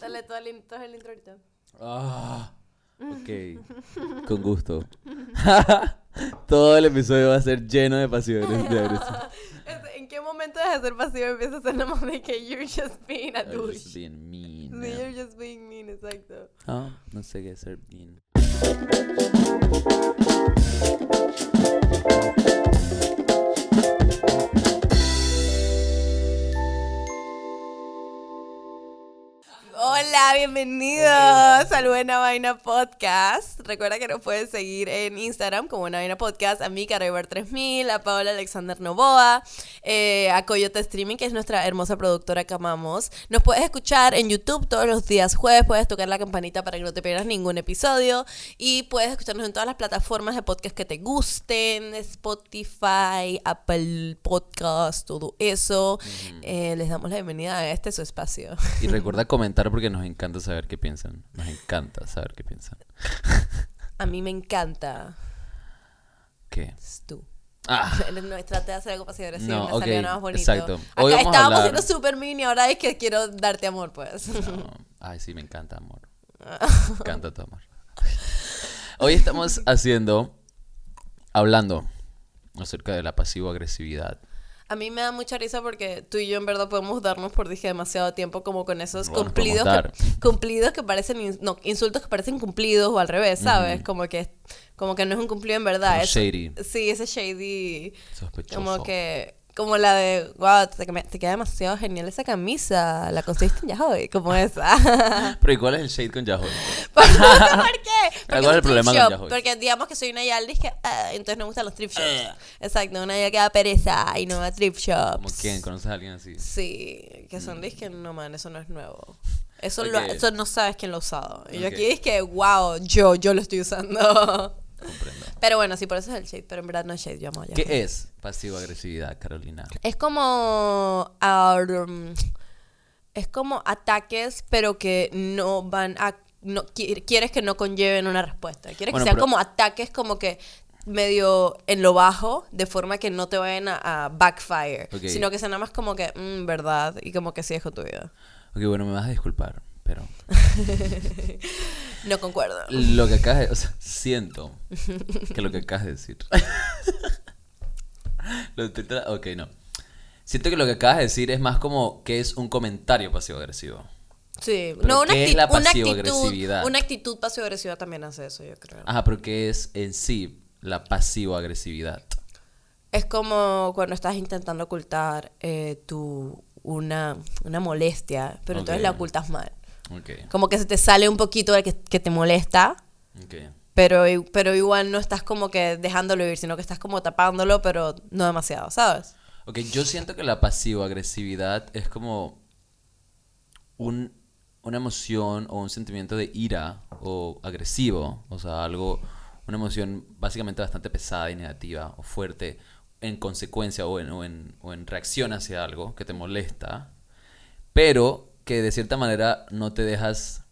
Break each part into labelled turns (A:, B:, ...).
A: Dale todo el, in- todo el intro ahorita.
B: Ah, ok, con gusto. Todo el episodio va a ser lleno de pasiones de agresión.
A: Este, ¿En qué momento dejas de ser pasivo y empiezas a ser nomás de que you're just being a
B: I was
A: douche?
B: just being mean,
A: Sí,
B: man.
A: you're just being mean, exacto.
B: Ah, no sé qué es ser mean.
A: Hola, bienvenidos al Buena Vaina Podcast. Recuerda que nos puedes seguir en Instagram como Buena Vaina Podcast, a mí, Carabar 3000, a Paola Alexander Novoa, eh, a Coyote Streaming, que es nuestra hermosa productora que amamos. Nos puedes escuchar en YouTube todos los días jueves, puedes tocar la campanita para que no te pierdas ningún episodio y puedes escucharnos en todas las plataformas de podcast que te gusten, Spotify, Apple Podcast, todo eso. Eh, les damos la bienvenida a este su espacio.
B: Y recuerda comentar porque nos encanta saber qué piensan. Nos encanta saber qué piensan.
A: A mí me encanta.
B: ¿Qué?
A: Es tú.
B: Ah,
A: No, traté de hacer algo pasivo agresivo.
B: No,
A: me salió
B: ok,
A: nada más bonito.
B: exacto.
A: Acá
B: Hoy vamos a
A: estábamos
B: hablar-
A: siendo súper mini, ahora es que quiero darte amor, pues.
B: no. Ay, sí, me encanta, amor. Me encanta tu amor. Hoy estamos haciendo, hablando acerca de la pasivo-agresividad.
A: A mí me da mucha risa porque tú y yo en verdad podemos darnos por dije demasiado tiempo como con esos
B: No nos podemos
A: cumplidos
B: dar.
A: que, cumplidos que parecen in- no, insultos que parecen cumplidos o al revés, ¿sabes? Como que como que no es un cumplido en verdad,
B: Como
A: es-
B: shady.
A: Sí, ese shady
B: Sospechoso.
A: Ah, como que como la de wow, te, te queda demasiado genial esa camisa, la conseguiste ya hoy, como esa.
B: Pero ¿y cuál es el shade con Yahoo?
A: ¿Por qué? Porque
B: ¿Cuál es el
A: un
B: problema
A: thrift shop,
B: con Yahoo?
A: Porque digamos que soy una Yaldis que ah, entonces no me gustan los thrift shops. Exacto, una Yaldis que da pereza y no va a thrift shops.
B: Ah. ¿Como quién? ¿Conoces a alguien así?
A: Sí, que son disques, no man, eso no es nuevo. Eso,
B: Ok.
A: lo- eso no sabes quién lo ha usado. Y yo
B: Ok.
A: aquí es que, wow, yo, yo lo estoy usando.
B: Comprendo.
A: Pero bueno, sí, por eso es el shade, pero en verdad no es shade, yo amo a
B: ¿Qué
A: Yahoo.
B: es pasivo-agresividad, Carolina?
A: Es como. ah, um, es como ataques, pero que no van a. No, qui- quieres que no conlleven una respuesta. Quieres
B: Bueno,
A: que sean
B: pero-
A: como ataques, como que medio en lo bajo, de forma que no te vayan a, a backfire.
B: Ok.
A: Sino que sea nada más como que, mm, verdad, y como que sí es con tu vida.
B: Ok, bueno, me vas a disculpar, pero
A: No concuerdo.
B: lo que acabas de... O sea, siento que lo que acabas de decir... lo estoy tra- ok, no. Siento que lo que acabas de decir es más como que es un comentario pasivo-agresivo.
A: Sí,
B: Pero
A: no, una,
B: ¿qué es
A: acti-
B: la
A: una actitud.
B: pasivo-agresividad?
A: Una actitud pasivo-agresiva también hace eso, yo creo.
B: Ajá, pero ¿qué es en sí la pasivo-agresividad?
A: Es como cuando estás intentando ocultar eh, tu una, una molestia, pero entonces
B: Ok.
A: la ocultas mal.
B: Ok,
A: Como que se te sale un poquito de que, que te molesta,
B: ok.
A: pero, i- pero igual no estás como que dejándolo ir, sino que estás como tapándolo, pero no demasiado, ¿sabes?
B: Ok, yo siento que la pasivo-agresividad es como un, una emoción o un sentimiento de ira o agresivo, o sea, algo, una emoción básicamente bastante pesada y negativa o fuerte en consecuencia o en, o en, o en reacción hacia algo que te molesta, pero que de cierta manera no te dejas,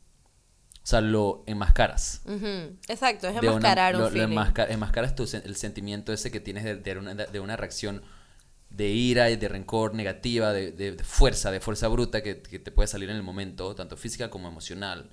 B: o sea, lo enmascaras
A: Ujú, Exacto, es
B: de una-
A: enmascarar
B: lo-
A: un
B: lo
A: feeling.
B: enmasca- enmascaras tu sen- el sentimiento ese que tienes de, de una, de una reacción de ira y de rencor negativa, de, de- de fuerza, de fuerza bruta que, que te puede salir en el momento, tanto física como emocional.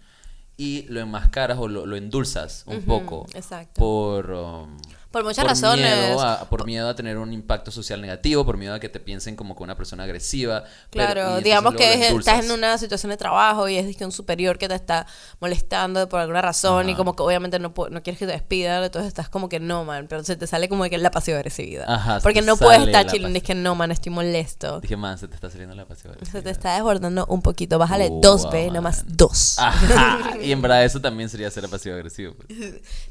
B: Y lo enmascaras o lo, lo endulzas un
A: Ujú,
B: poco.
A: exacto.
B: Por, um,
A: Por muchas razones.
B: Miedo a, por miedo a tener un impacto social negativo, por miedo a que te piensen como que una persona agresiva. pero- y
A: Claro,
B: entonces
A: digamos
B: luego
A: que
B: lo
A: es- estás en
B: endulzas.
A: una situación de trabajo y es dizque, un superior que te está molestando por alguna razón y
B: Ajá.
A: como que obviamente no, pu- no quieres que te despidan, entonces estás como que no, man, pero se te sale como que la pasiva agresividad.
B: Ajá, se
A: Porque
B: te
A: no puedes
B: sale
A: estar
B: la
A: chillando,
B: pas-
A: es que no, man, estoy molesto.
B: Dije, man, se te está saliendo la pasiva.
A: Se te está desbordando un poquito, bájale
B: Wow,
A: dos, ve, nomás
B: Uh, ah, man.
A: dos.
B: Ajá. Y en verdad eso también sería ser pasivo agresivo. pues.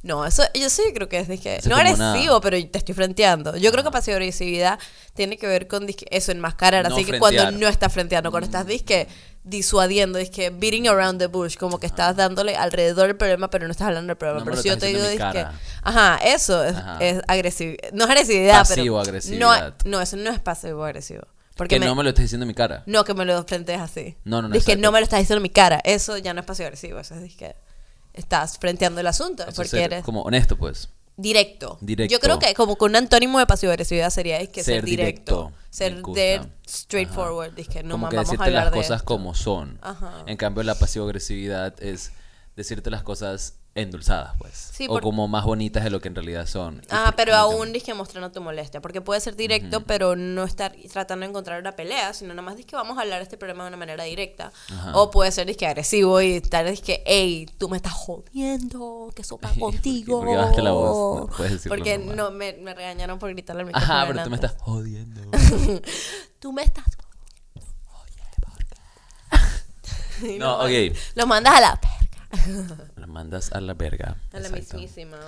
A: No, eso yo sí creo que es dizque,
B: Eso es
A: no
B: como una-
A: agresivo, pero te estoy frenteando. Yo creo que pasiva agresividad tiene que ver con dizque, eso, enmascarar,
B: No
A: así que
B: frentear. Mm.
A: cuando no estás frenteando, cuando estás disque disuadiendo, que beating around the bush, como que estás dándole alrededor del problema, pero no estás hablando del problema.
B: No me
A: pero
B: lo
A: si yo
B: estás
A: te digo
B: diciendo en mi
A: dizque,
B: cara.
A: ajá, eso es,
B: Ajá.
A: agresividad. No es agresividad, pero
B: Pasivo-agresividad.
A: No, no, eso no es pasivo agresivo, porque
B: Que
A: me-
B: no me lo estés diciendo en mi cara.
A: no, que me lo frentes así.
B: No, no, no,
A: Dizque,
B: exacto.
A: no me lo estás diciendo en mi cara. Eso ya no es pasivo agresivo. Eso es que estás frenteando el asunto.
B: O sea,
A: porque
B: ser
A: eres.
B: como honesto, pues.
A: Directo.
B: Directo.
A: Yo creo que como con un antónimo de pasivo-agresividad sería es que ser,
B: Ser
A: directo.
B: directo.
A: Ser
B: Me gusta.
A: de straightforward. Es que no
B: como
A: ma-
B: que
A: vamos a
B: decirte
A: hablar
B: las
A: de
B: cosas
A: esto.
B: como son.
A: Ajá.
B: En cambio, la pasivo-agresividad es decirte las cosas endulzadas, pues.
A: Sí,
B: o
A: por-
B: como más bonitas de lo que en realidad son. Y
A: Ah,
B: por-
A: pero
B: no
A: aún
B: te-
A: dije mostrando tu molestia, porque puede ser directo, pero no estar tratando de encontrar una pelea, sino nada más que vamos a hablar de este problema de una manera directa.
B: Ajá.
A: O puede ser disque agresivo y estar que hey, tú me estás jodiendo, que sopa
B: Ay, ¿por qué?
A: contigo.
B: ¿Por qué bajaste la voz? No puedes decirlo
A: Porque
B: normal.
A: no me, me regañaron por gritarle al micrófono.
B: Ajá, pero tú me
A: delante.
B: estás jodiendo.
A: Tú me estás jodiendo.
B: No, ok.
A: Los mandas a la verga.
B: Lo mandas a la verga.
A: A la
B: Exacto.
A: mismísima.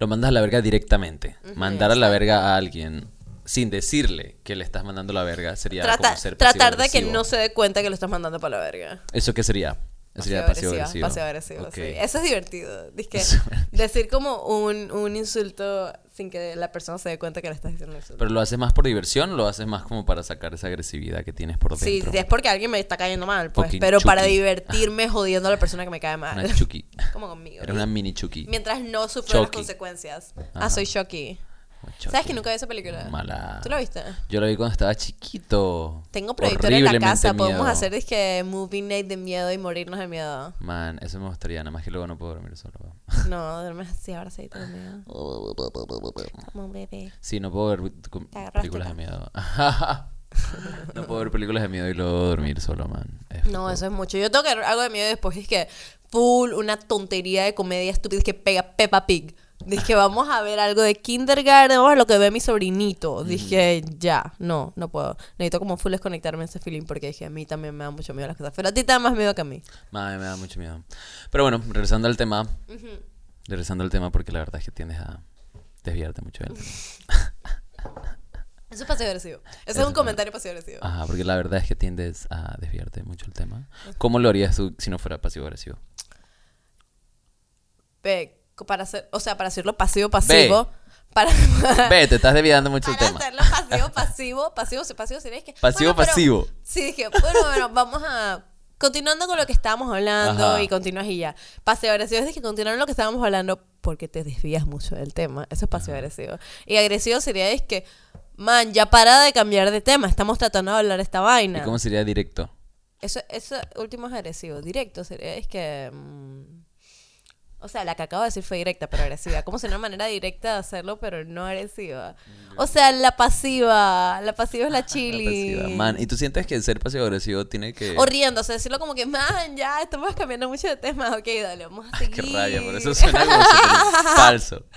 B: Lo mandas a la verga directamente. Mandar a la verga a alguien sin decirle que le estás mandando la verga sería
A: Trata-
B: como ser
A: tratar de que
B: pasivo-agresivo.
A: no se dé cuenta que lo estás mandando para la verga.
B: ¿Eso qué sería? Sería pasivo
A: Pasivo-agresiva,
B: agresivo.
A: pasivo-agresiva,
B: Ok.
A: sí. Eso es divertido. Dizque
B: Eso-
A: decir como un, un insulto sin que la persona se dé cuenta que le estás diciendo un insulto.
B: Pero lo haces más por diversión o lo haces más como para sacar esa agresividad que tienes por
A: Sí,
B: dentro.
A: es porque alguien me está cayendo mal, pues.
B: Fucking
A: Pero para
B: Chucky.
A: divertirme jodiendo a la persona que me cae mal.
B: Una Chucky.
A: Como conmigo.
B: Era una mini Chucky.
A: Mientras no sufro las
B: Chucky.
A: consecuencias. Ah,
B: Ajá.
A: soy Chucky.
B: Una Chucky.
A: ¿Sabes que nunca vi esa película?
B: Mala.
A: ¿Tú la viste?
B: Yo la vi cuando estaba chiquito.
A: Tengo proyector en la
B: Horriblemente
A: casa. Podemos
B: miedo.
A: hacer disque movie night de miedo y morirnos de miedo.
B: Man, eso me gustaría, nada más que luego no puedo dormir solo.
A: No, duermes así abrazadito de miedo. Como un bebé.
B: Sí, no puedo ver con-
A: Te agarraste,
B: películas de miedo. no puedo ver películas de miedo y luego dormir solo, man. Es
A: No,
B: full.
A: eso es mucho. Yo tengo que algo de miedo después. Es que full, una tontería de comedia estúpida. Es que pega Peppa Pig. Dice que vamos a ver algo de kindergarten, vamos a ver lo que ve mi
B: Mm.
A: sobrinito. Dije, ya, no, no puedo. Necesito como full desconectarme de ese feeling porque dije, a mí también me da mucho miedo las cosas. Pero a ti te da más miedo que a mí.
B: Man, me da mucho miedo. Pero bueno, regresando al tema. Regresando al tema porque la verdad es que tiendes a desviarte mucho del tema.
A: Eso es pasivo agresivo. Eso es un comentario pasivo agresivo.
B: Ajá, porque la verdad es que tiendes a desviarte mucho el tema. ¿Cómo lo harías tú si no fuera pasivo-agresivo?
A: Ve, para hacer, o sea, para hacerlo pasivo pasivo. Para,
B: Ve, te estás desviando mucho el
A: Para
B: tema.
A: hacerlo pasivo, pasivo, pasivo, sí, pasivo, sería que.
B: Pasivo,
A: pero-
B: pasivo.
A: sí, dije, bueno, bueno, vamos a. Continuando con lo que estábamos hablando
B: Ajá.
A: y continúas y ya. Pasivo agresivo es que continuaron lo que estábamos hablando porque te desvías mucho del tema. Eso es pasivo agresivo. Y agresivo sería es que, man, ya para de cambiar de tema. Estamos tratando de hablar esta
B: ¿Y
A: vaina.
B: cómo sería directo?
A: Eso, eso último es agresivo. Directo sería es que. mm, o sea, la que acabo de decir fue directa, pero agresiva. Como si una manera directa de hacerlo, pero no agresiva. O sea, la pasiva. La pasiva es la chili.
B: Mm. Pasiva. Man, ¿y tú sientes que ser pasivo-agresivo tiene que...
A: O riéndose, decirlo como que, man, ya estamos cambiando mucho de tema. Ok, dale, vamos a seguir.
B: Ah, Qué rabia, por eso suena como súper falso.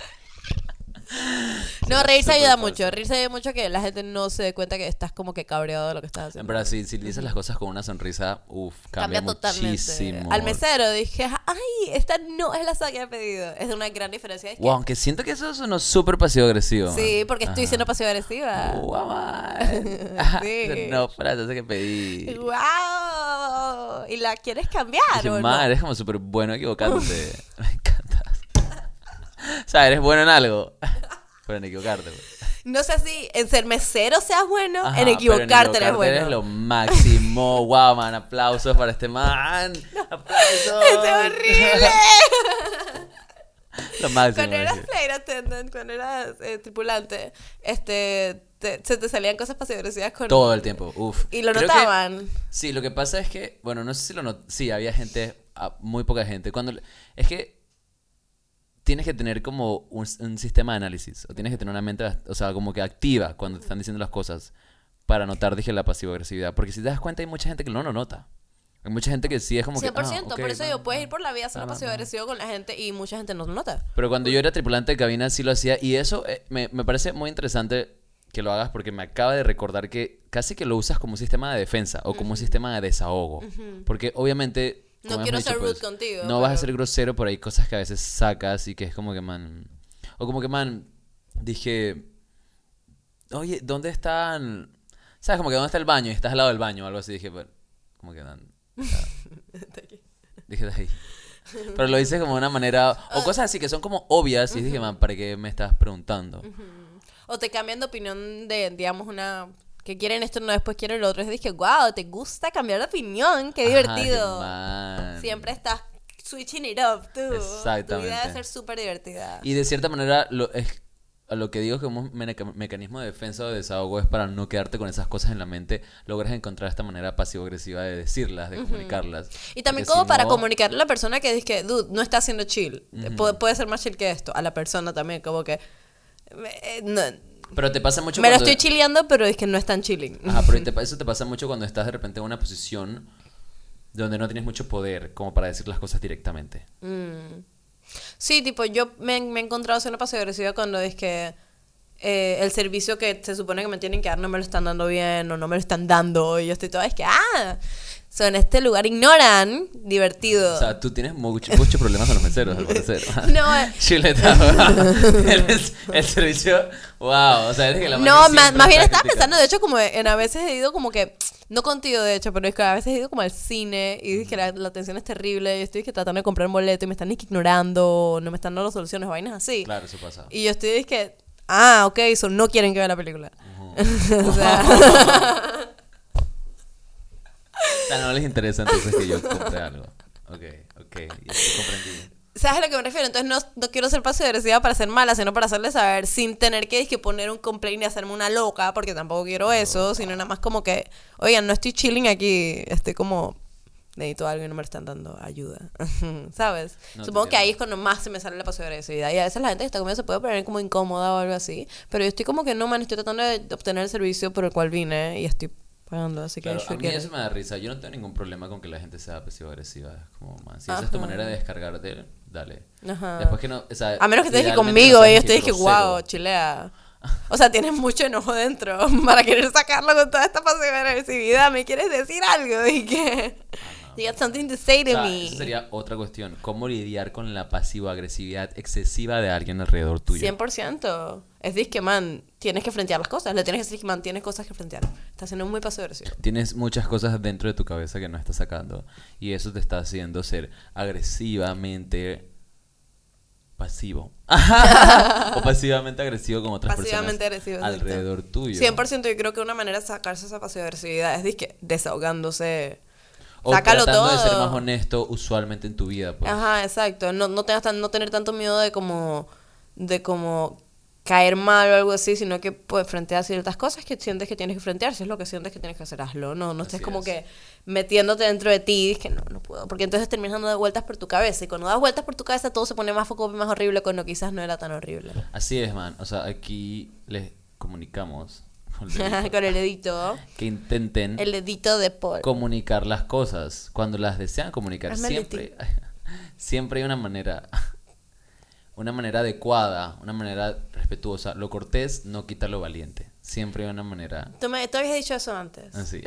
A: No, reírse
B: Súper
A: ayuda
B: falso.
A: mucho. Reírse ayuda mucho que la gente no se dé cuenta que estás como que cabreado de lo que estás
B: En
A: haciendo.
B: verdad, si, si dices las cosas con una sonrisa, uff, cambia,
A: Cambia totalmente.
B: muchísimo.
A: Al mesero dije, ay, esta no es la soda que he pedido. Es una gran diferencia. Es que
B: Wow, aunque siento que eso sonó súper pasivo-agresivo.
A: Sí,
B: man.
A: porque estoy
B: Ajá.
A: siendo pasivo agresiva.
B: Wow, man.
A: Sí.
B: No, frase que pedí.
A: ¡Wow! ¿Y la quieres cambiar?
B: Dije,
A: o no?
B: man, eres como súper bueno equivocándote. Me encantas. o sea, eres bueno en algo. Pero en equivocarte. pues.
A: No sé si en ser mesero seas bueno,
B: Ajá,
A: en
B: pero
A: equivocarte eres bueno.
B: Eres lo máximo. wow, man. Aplausos para este man. Aplausos.
A: ¡Es horrible!
B: lo máximo.
A: cuando eras
B: sí.
A: flight attendant, cuando eras eh, tripulante, este, te- se te salían cosas pasivo agresivas con...
B: Todo el tiempo. Uf.
A: Y lo
B: Creo que-
A: notaban.
B: Sí, lo que pasa es que, bueno, no sé si lo not- Sí, había gente, ah, muy poca gente. Cuando es que tienes que tener como un, s- un sistema de análisis, o tienes que tener una mente, bast- o sea, como que activa cuando te están diciendo las cosas para notar, dije, la pasivo-agresividad. Porque si te das cuenta, hay mucha gente que no lo nota. Hay mucha gente que sí es como
A: 100%,
B: que. ah, ok,
A: por eso
B: no,
A: yo puedes
B: no. Ah,
A: ir por la vida siendo
B: No, no,
A: pasivo agresivo con la gente y mucha gente no lo nota.
B: Pero cuando yo era tripulante de cabina sí lo hacía y eso eh, me, me parece muy interesante que lo hagas porque me acaba de recordar que casi que lo usas como un sistema de defensa o como un sistema de desahogo. Porque obviamente...
A: No
B: como hemos pues,
A: quiero ser rude contigo,
B: No vas a
A: pero-
B: ser grosero, pero hay cosas que a veces sacas y que es como que, man... O como que, man, dije... Oye, ¿dónde están...? ¿Sabes? Como que ¿dónde está el baño? Y estás al lado del baño o algo así. Dije, pero... Como que, man, Dije, "Ay". Pero lo hice como de una manera. O cosas así que son como obvias. Y dije, man, ¿para qué me estás preguntando?
A: O te cambian de opinión de, digamos, una... Que quieren esto, no después quieren lo otro. Es dije, wow, te gusta cambiar de opinión, qué
B: Ajá, dije,
A: divertido.
B: "Man".
A: Siempre estás switching it up, tú.
B: Exactamente.
A: Tu vida debe ser súper divertida.
B: Y de cierta manera, lo, es, a lo que digo que un meca- mecanismo de defensa o de desahogo es para no quedarte con esas cosas en la mente, logras encontrar esta manera pasivo-agresiva de decirlas, de comunicarlas.
A: Y también
B: Porque
A: como
B: si
A: para
B: no-
A: comunicarle a la persona que dice que, dude, no está siendo chill. Pu- puede ser más chill que esto. A la persona también, como que... eh, no,
B: Pero te pasa mucho
A: me lo
B: cuando-
A: estoy chileando, pero es que no están chilling.
B: Ajá, pero te pa- eso te pasa mucho cuando estás de repente en una posición donde no tienes mucho poder como para decir las cosas directamente.
A: Sí, tipo, yo me, me he encontrado siendo pasivo agresiva cuando es que eh, el servicio que se supone que me tienen que dar no me lo están dando bien o no me lo están dando. Y yo estoy toda, es que, ah, so, en este lugar ignoran, divertido.
B: O sea, tú tienes muchos muchos problemas con los meseros, al parecer.
A: No, eh.
B: Chuleta, wow. Eres- el servicio, wow. O sea, eres que la
A: no, ma- más,
B: siempre
A: bien
B: está
A: estaba pensando,
B: criticando.
A: de hecho, como en a veces he ido como que, no contigo de hecho, pero es que a veces he ido como al cine y dices que la, la atención es terrible, y estoy que tratando de comprar un boleto y me están que ignorando, no me están dando soluciones, vainas así.
B: Claro, eso pasa.
A: Y yo estoy es que, ah, ok, so no quieren que vea la película. o sea,
B: O sea, Ah, no les interesa entonces que yo compre algo. Ok, ok, y estoy comprendido.
A: ¿sabes a lo que me refiero? Entonces no, no quiero ser pasivo agresiva para ser mala, sino para hacerle saber sin tener que, es que poner un complaint y hacerme una loca, porque tampoco quiero eso, sino nada más como que, oigan, no estoy chilling aquí, estoy como... Necesito algo y no me lo están dando ayuda. ¿Sabes?
B: No, te
A: Supongo que
B: entiendo.
A: ahí es cuando más se me sale la pasivo agresividad. Y a veces la gente que está conmigo se puede poner como incómoda o algo así. Pero yo estoy como que no, man, estoy tratando de obtener el servicio por el cual vine y estoy pagando. Así que
B: Claro,
A: I
B: a
A: should
B: mí
A: get it.
B: eso me da risa. Yo no tengo ningún problema con que la gente sea pasivo-agresiva. Es como, man, si esa es tu manera de descargarte, dale.
A: Ajá.
B: Después que no, o sea,
A: A menos que estés aquí
B: idealmente no
A: conmigo
B: seas
A: y yo
B: ni
A: estés que,
B: grosero.
A: wow, chilea. O sea, tienes mucho enojo dentro para querer sacarlo con toda esta pasiva agresividad. ¿Me quieres decir algo? Y que. You got something to say
B: O
A: to
B: sea, esa
A: me.
B: sería otra cuestión. ¿Cómo lidiar con la pasivo-agresividad excesiva de alguien alrededor tuyo?
A: 100%. Es disque, man, tienes que frentear las cosas. Le tienes que decir, man, tienes cosas que frentear. Estás siendo muy pasivo agresivo.
B: Tienes muchas cosas dentro de tu cabeza que no estás sacando y eso te está haciendo ser agresivamente pasivo. o pasivamente agresivo con otras
A: Pasivamente
B: personas
A: agresivo. exacto.
B: alrededor tuyo.
A: 100% yo creo que una manera de sacarse esa pasiva agresividad es disque desahogándose.
B: O
A: Sácalo
B: tratando de ser
A: todo.
B: más honesto usualmente en tu vida. pues.
A: Ajá, exacto. No, no, tengas tan- no tener tanto miedo de como, de como caer mal o algo así, sino que pues frentear ciertas cosas que sientes que tienes que frentear. Si es lo que sientes que tienes que hacer, hazlo. No, no estés
B: Así
A: como
B: es.
A: que metiéndote dentro de ti y dices que no, no puedo. Porque entonces terminas dando vueltas por tu cabeza. Y cuando das vueltas por tu cabeza todo se pone más foco más horrible cuando quizás no era tan horrible.
B: Así es, man. O sea, aquí les comunicamos con el dedito,
A: Con el dedito.
B: que intenten
A: El dedito de Paul.
B: comunicar las cosas cuando las desean comunicar.
A: Hazme el
B: siempre, siempre hay una manera, una manera adecuada, una manera respetuosa. Lo cortés no quita lo valiente. Siempre hay una manera
A: Tú, me, tú habías dicho eso antes.
B: así.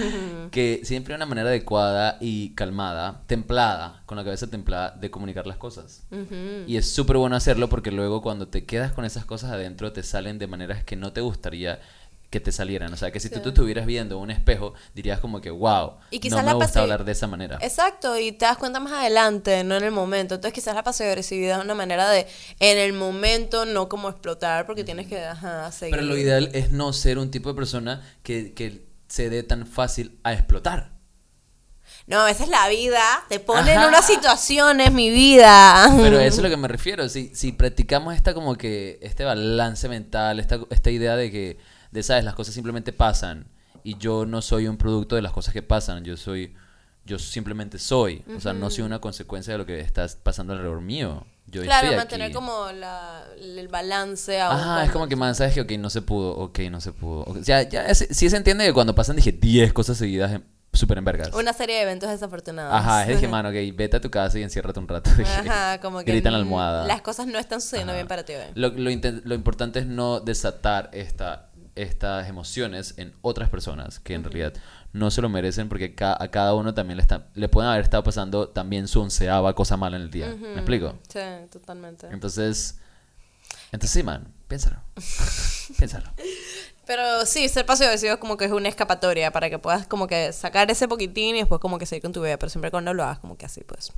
B: que siempre hay una manera adecuada y calmada, templada, con la cabeza templada de comunicar las cosas.
A: Ujú.
B: Y es súper bueno hacerlo porque luego cuando te quedas con esas cosas adentro te salen de maneras que no te gustaría que te salieran. O sea, que si tú te estuvieras viendo un espejo dirías como que, wow,
A: Y
B: no
A: quizás
B: me
A: la
B: gusta
A: pasi-
B: hablar de esa manera.
A: Exacto, y te das cuenta más adelante, no en el momento. Entonces quizás la pasivo agresividad es una manera de en el momento no como explotar porque tienes que ajá, seguir.
B: Pero lo ideal es no ser un tipo de persona que, que se dé tan fácil a explotar.
A: No, esa es la vida, te pone en
B: Ajá.
A: unas situaciones, mi vida.
B: Pero eso es lo que me refiero. Si, si practicamos esta como que, este balance mental, esta, esta idea de que, de sabes, las cosas simplemente pasan. Y yo no soy un producto de las cosas que pasan. Yo soy, yo simplemente soy. O sea, no soy una consecuencia de lo que estás pasando alrededor mío. Yo
A: claro,
B: estoy
A: mantener
B: aquí.
A: como pues, la- el balance aún
B: Ajá, es
A: cuando-
B: como que man, sabes que ok, no se pudo, ok, no se pudo. ok. O sea, ya se- sí se entiende que cuando pasan dije 10 cosas seguidas en- súper en vergas.
A: una serie de eventos desafortunados.
B: Ajá, dije, mano, ok, vete a tu casa y enciérrate un rato.
A: Ajá, como que
B: Grita en la
A: mm,
B: almohada.
A: Las cosas no están sucediendo
B: Ajá.
A: bien para ti hoy.
B: Lo, lo inten- lo importante es no desatar esta, estas emociones en otras personas que en realidad no se lo merecen porque ca- a cada uno también le, está, le pueden haber estado pasando también su onceava cosa mala en el día. ¿Me explico?
A: Sí, totalmente.
B: Entonces, entonces sí, man, piénsalo. piénsalo.
A: Pero sí, ser pasivo agresivo es como que es una escapatoria para que puedas como que sacar ese poquitín y después como que seguir con tu vida. Pero siempre cuando lo hagas como que así, pues.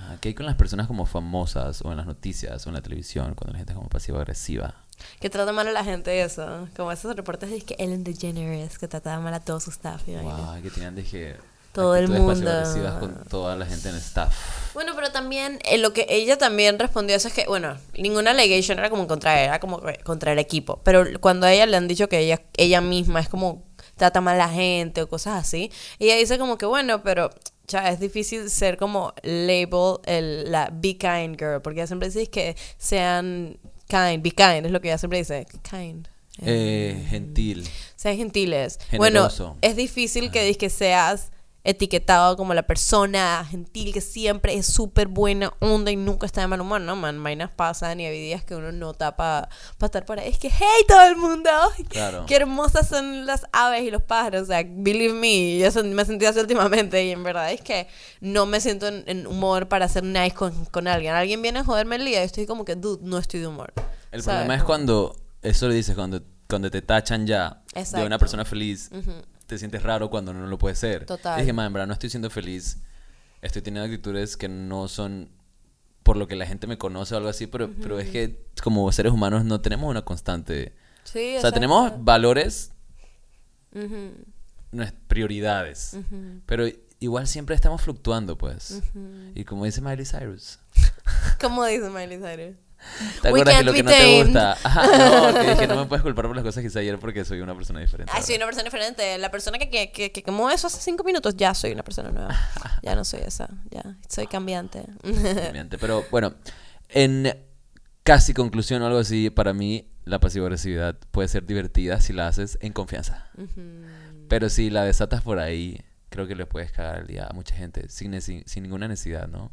B: Ah, ¿Qué hay con las personas como famosas o en las noticias o en la televisión cuando la gente es como pasiva-agresiva?
A: Que trata mal a la gente eso. Como esos reportes de que Ellen DeGeneres que trataba mal a todo su staff. y vaina.
B: Wow, que tenían, dije,
A: Todo el
B: actitudes
A: mundo.
B: pasivo-agresivas con toda la gente en el staff.
A: Bueno, pero también eh, lo que ella también respondió eso es que, bueno, ninguna allegation era como contra era como que contra el equipo. Pero cuando a ella le han dicho que ella, ella misma es como trata mal a la gente o cosas así, ella dice como que, bueno, pero ya es difícil ser como label el, la be kind girl, porque ella siempre dice que sean kind, be kind, es lo que ella siempre dice, kind.
B: Eh, gentil.
A: Sean gentiles. Bueno,
B: Generoso.
A: es difícil que, dis- que seas etiquetado como la persona gentil que siempre es súper buena onda y nunca está de mal humor, ¿no? Man, vainas pasan y hay días que uno no tapa para estar por ahí. Es que, hey, todo el mundo.
B: Claro.
A: Qué hermosas son las aves y los pájaros. O sea, believe me. Yo eso me he sentido así últimamente y en verdad es que no me siento en, en humor para ser nice con, con alguien. Alguien viene a joderme el día y estoy como que, dude, no estoy de humor.
B: El
A: ¿Sabes?
B: problema es cuando, eso lo dices, cuando, cuando te tachan ya de
A: Exacto.
B: una persona feliz, te sientes raro cuando no lo puedes ser.
A: Total.
B: Y Es que, man, en verdad no estoy siendo feliz, estoy teniendo actitudes que no son por lo que la gente me conoce o algo así, pero, pero es que como seres humanos no tenemos una constante.
A: Sí,
B: o sea,
A: exacto.
B: tenemos valores,
A: Ujú.
B: nues- prioridades, pero igual siempre estamos fluctuando, pues. Y como dice Miley Cyrus.
A: ¿Cómo dice Miley Cyrus?
B: ¿Te
A: We
B: acuerdas de
A: can't
B: lo
A: be
B: que no te
A: tamed.
B: gusta? Ajá, no, que dije, no me puedes culpar por las cosas que hice ayer porque soy una persona diferente.
A: Ay, soy una persona diferente. La persona que, que, que, que quemó eso hace cinco minutos, ya soy una persona nueva. Ya no soy esa. Ya, soy cambiante.
B: Obviamente, Pero bueno, en casi conclusión o algo así, para mí la pasivo-agresividad puede ser divertida si la haces en confianza. Pero si la desatas por ahí, creo que le puedes cagar el día a mucha gente sin, neci- sin ninguna necesidad, ¿no?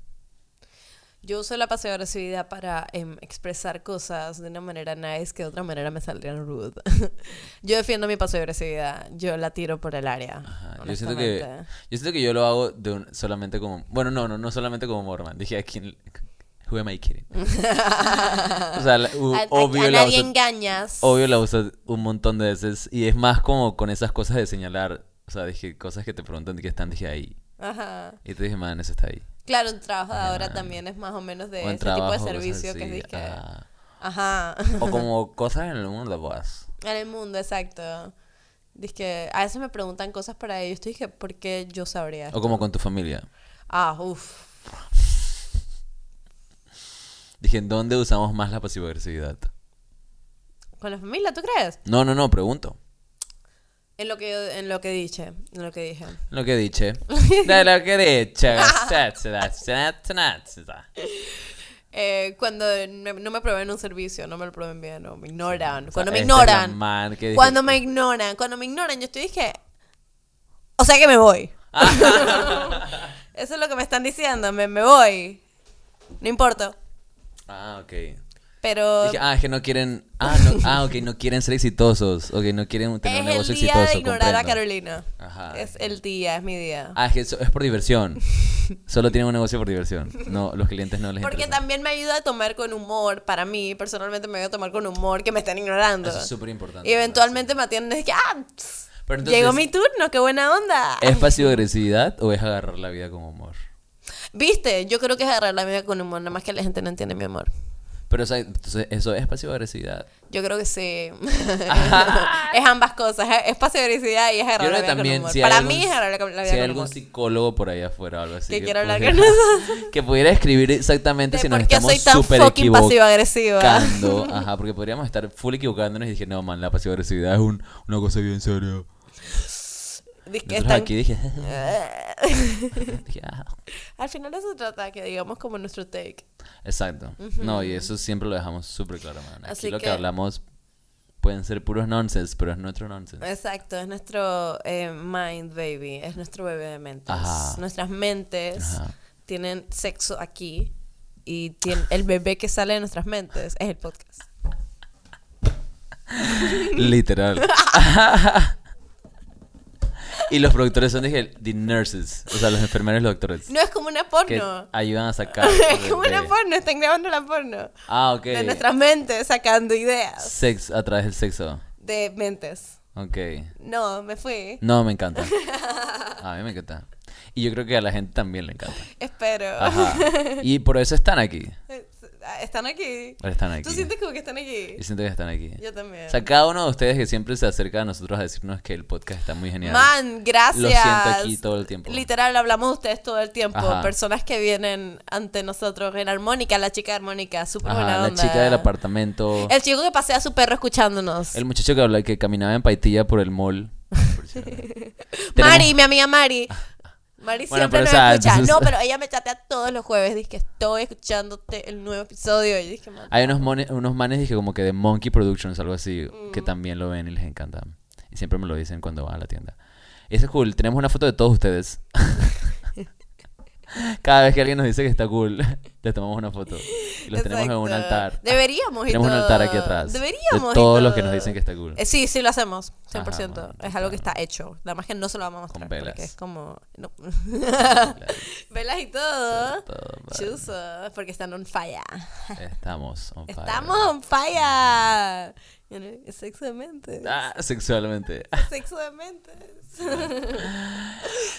A: Yo uso la pasiva agresividad para em, expresar cosas de una manera nice que de otra manera me saldrían rude. yo defiendo mi pasiva agresividad. Yo la tiro por el área.
B: Ajá, Yo siento, que,
A: honestamente.
B: yo siento que yo lo hago de un- solamente como... Bueno, no, no, no solamente como Mormon. Dije, ¿a quién? Who am I kidding? o sea, la- u-
A: A- a-
B: obvio
A: a,
B: la
A: nadie
B: uso-
A: engañas.
B: Obvio la usas un montón de veces y es más como con esas cosas de señalar, o sea, dije cosas que te preguntan que están, dije ahí.
A: Ajá.
B: Y te dije, man, eso está ahí.
A: Claro, un trabajo de ahora
B: Ajá.
A: también es más o menos de
B: O
A: ese
B: en
A: tipo de
B: Ah. trabajo, cosas
A: servicio que es
B: así,
A: disque-
B: ah.
A: Ajá.
B: O como cosas en el mundo de boas.
A: En el mundo, exacto. Dice que a veces me preguntan cosas para ellos. Yo dije, ¿por qué yo sabría?
B: O como con tu familia.
A: Ah, uff.
B: Dije, ¿en dónde usamos más la pasivo-agresividad?
A: ¿Con la familia, tú crees?
B: No, no, no, pregunto.
A: En lo que, yo- en lo que dije. En lo que dije.
B: Lo que dije. De lo que dije.
A: Eh, cuando me- no me prueben un servicio, no me lo prueben bien, no me ignoran.
B: O sea,
A: cuando me
B: esa es la
A: ignoran.
B: man que dije-
A: Cuando me ignoran. Cuando me ignoran, yo estoy dije. O sea que me voy.
B: Ah,
A: Eso es lo que me están diciendo. Me, me voy. No importa.
B: Ah, ok.
A: Pero.
B: Dije, ah, es que no quieren. Ah, no, ah, ok, no quieren ser exitosos. Ok, no quieren tener
A: es
B: un negocio
A: el día
B: exitoso.
A: de ignorar a
B: comprendo. Ah,
A: Carolina.
B: Ajá.
A: Es el día, es mi día.
B: Ah, es que eso es por diversión. Solo tienen un negocio por diversión. No, los clientes no les
A: Porque
B: interesa.
A: también me ayuda a tomar con humor, para mí personalmente me ayuda a tomar con humor que me están ignorando.
B: Eso es súper importante.
A: Y eventualmente me atienden y que, ah, pss,
B: Pero entonces-
A: llegó mi turno, qué buena onda.
B: ¿Es pasivo-agresividad o es agarrar la vida con humor?
A: Viste, yo creo que es agarrar la vida con humor, nada más que la gente no entiende mi amor.
B: Pero, o sea, entonces, eso es pasivo-agresividad.
A: Yo creo que sí. es ambas cosas, es- es pasividad y es
B: Yo
A: agarrar la
B: creo que
A: vida con
B: también,
A: humor.
B: si hay
A: para
B: algún-
A: mí es agarrar la, la vida
B: si hay
A: con
B: algún
A: humor.
B: psicólogo por ahí afuera o algo así.
A: Que quiera hablar
B: pudiera-
A: con nosotros.
B: Que pudiera escribir exactamente
A: De
B: si nos
A: por qué
B: estamos
A: soy tan
B: súper
A: fucking pasivo-agresiva.
B: equivocando. Ajá, porque podríamos estar full equivocándonos y dije, no, man, la pasivo-agresividad es un- una cosa bien seria.
A: Dice que
B: Nosotros
A: están-
B: aquí dije... dije, ah.
A: Al final eso se trata, que digamos como nuestro take.
B: Exacto. No, y eso siempre lo dejamos súper claro, man. Aquí
A: Así
B: lo que...
A: que-
B: hablamos pueden ser puros nonsense, pero es nuestro nonsense.
A: Exacto, es nuestro eh, mind baby, es nuestro bebé de mentes.
B: Ajá.
A: Nuestras mentes
B: Ajá.
A: tienen sexo aquí y tien- el bebé que sale de nuestras mentes es el podcast.
B: Literal. y los productores son, dije, the nurses. O sea, los enfermeros y los doctores.
A: No es como una
B: que
A: porno.
B: ayudan a sacar.
A: es como una
B: de-
A: porno, están grabando la porno.
B: Ah, este, ok.
A: De nuestras mentes sacando ideas
B: Sex a través del sexo.
A: de mentes.
B: Ok.
A: No, me fui.
B: No, me encanta. A mí me encanta. Y yo creo que a la gente también le encanta.
A: Espero.
B: Ajá. Y por eso están aquí.
A: está, ah, están aquí.
B: Ahora están aquí.
A: Tú sientes como que están aquí.
B: Y siento que están aquí.
A: Yo también.
B: O sea, cada uno de ustedes que siempre se acerca a nosotros a decirnos que el podcast está muy genial.
A: Man, gracias.
B: Lo siento aquí todo el tiempo.
A: Literal, hablamos de ustedes todo el tiempo.
B: Ajá.
A: Personas que vienen ante nosotros en Armónica, la chica de Armónica, súper
B: Ajá,
A: buena
B: la
A: onda.
B: chica del apartamento. El,
A: El chico que pasea a su perro escuchándonos.
B: muchacho que hablaba que caminaba en paitilla por el mall.
A: Mari, mi amiga Mari. Mari
B: Ah, Bueno,
A: siempre
B: pero,
A: nos
B: o sea,
A: escucha.
B: entonces-
A: No, pero ella me chatea todos los jueves. Dice que estoy escuchándote el nuevo episodio. Y yo dije, man,
B: Hay unos, mone- unos manes, dije, como que de Monkey Productions, algo así,
A: Mm.
B: que también lo ven y les encanta. Y siempre me lo dicen cuando van a la tienda. Eso es cool. Tenemos una foto de todos ustedes. Cada vez que alguien nos dice que está cool, les tomamos una foto. Y los tenemos en un
A: exacto.
B: altar.
A: Deberíamos y
B: tenemos un
A: todo.
B: altar aquí atrás.
A: Deberíamos.
B: De
A: y
B: todos los que
A: todo.
B: nos dicen que está cool.
A: Eh, sí, sí lo hacemos, 100%.
B: Ajá, man,
A: es algo que está hecho. Nada más que no se lo vamos a mostrar.
B: Con velas.
A: Porque es como. no.
B: Claro,
A: velas y todo.
B: todo, man.
A: Chuso. Porque están on fire.
B: Estamos on fire.
A: Estamos on fire. You know, Sexualmente.
B: Ah, sexualmente.
A: Sexualmente.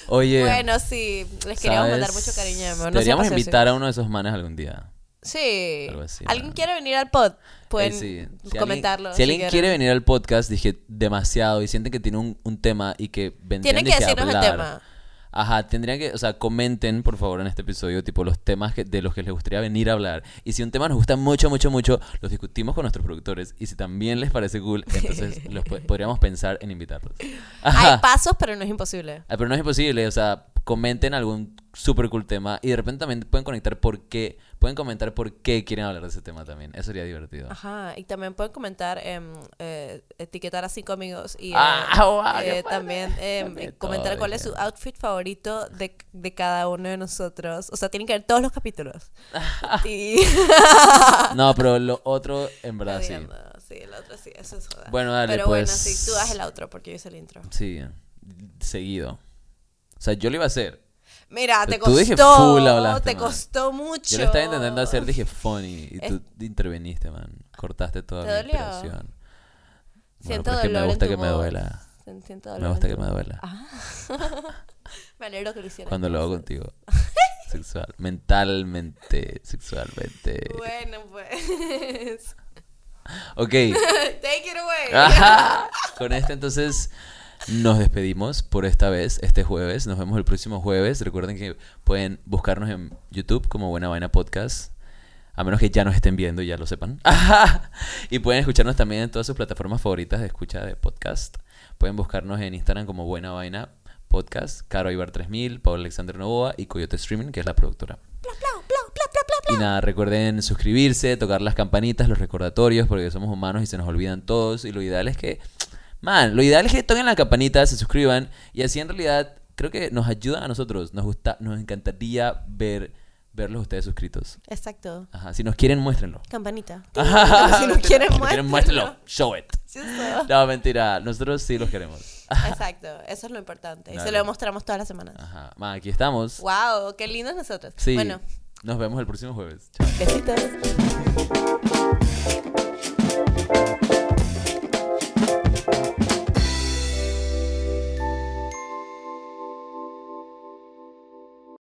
B: Oye.
A: Bueno, sí. Les queríamos mandar
B: ¿sabes?
A: mucho cariño. mi amor, No
B: Deberíamos
A: sean
B: invitar a uno de esos manes algún día.
A: Sí.
B: Algo así,
A: ¿Alguien
B: ¿no?
A: quiere venir al pod? Pueden
B: Ahí sí.
A: comentarlo.
B: Alguien, si, alguien quiere
A: quieren.
B: venir al podcast, dije demasiado y sienten que tiene un, un tema y que vendrían
A: Tienen que
B: dije, a
A: decirnos el
B: hablar.
A: tema.
B: Ajá, tendrían que, o sea, comenten por favor en este episodio, tipo los temas que- de los que les gustaría venir a hablar. Y si un tema nos gusta mucho, mucho, mucho, los discutimos con nuestros productores. Y si también les parece cool, entonces los po- podríamos pensar en invitarlos. Ajá.
A: Hay pasos, pero no es imposible.
B: Ah, Pero no es imposible, o sea, comenten algún super cool tema y de repente también pueden conectar por qué, pueden comentar por qué quieren hablar de ese tema también. Eso sería divertido.
A: Ajá, y también pueden comentar, em, eh, etiquetar a cinco amigos y eh,
B: Ah, guau,
A: eh,
B: qué padre.
A: también em,
B: Qué
A: comentar
B: padre.
A: cuál es su outfit favorito de, de cada uno de nosotros. O sea, tienen que ver todos los capítulos. y...
B: No, pero lo otro, en verdad, sí.
A: Odiando, sí, el otro sí, eso es joda.
B: Bueno, dale,
A: Pero bueno,
B: pues.
A: sí, tú haz el outro porque yo hice el intro.
B: Sí, seguido. O sea, yo lo iba a hacer.
A: Mira, te
B: Pero tú
A: costó,
B: dije full hablaste,
A: te
B: man.
A: costó mucho.
B: Yo lo estaba intentando hacer, dije funny, y tú interveniste, man. Cortaste toda
A: ¿Te
B: mi
A: dolió?
B: inspiración. Bueno,
A: Siento
B: pero es que me
A: dolor en
B: gusta
A: tu
B: que me
A: voz.
B: duela.
A: Sen- Siento
B: Me
A: dolor
B: gusta
A: en
B: que
A: tu-
B: me duela.
A: Ah. me alegro que lo hicieras.
B: Cuando lo hago
A: entonces.
B: contigo. Sexual. Mentalmente, sexualmente.
A: Bueno, pues.
B: Ok.
A: Take it away.
B: Ajá. Con este entonces nos despedimos por esta vez, este jueves. Nos vemos el próximo jueves. Recuerden que pueden buscarnos en YouTube como Buena Vaina Podcast. A menos que ya nos estén viendo y ya lo sepan. Ajá. Y pueden escucharnos también en todas sus plataformas favoritas de escucha de podcast. Pueden buscarnos en Instagram como Buena Vaina Podcast, Caro Ibar 3000, Pablo Alexander Novoa y Coyote Streaming, que es la productora. Y nada, recuerden suscribirse, tocar las campanitas, los recordatorios, porque somos humanos y se nos olvidan todos. Y lo ideal es que, man, lo ideal es que toquen la campanita, se suscriban. Y así en realidad creo que nos ayuda a nosotros. Nos gusta, nos encantaría ver verlos ustedes suscritos.
A: Exacto.
B: Ajá, si nos quieren, muéstrenlo.
A: Campanita.
B: Ajá.
A: si no quieren, Ah.
B: Si quieren, muéstrenlo. Show it.
A: Sí, eso.
B: No, mentira. Nosotros sí los queremos.
A: Exacto. Eso es lo importante. Y se
B: Dale.
A: lo mostramos todas las semanas.
B: Ajá. Man, aquí estamos.
A: Wow, qué lindos nosotros.
B: Sí.
A: Bueno,
B: Nos vemos el próximo jueves.
A: besitos.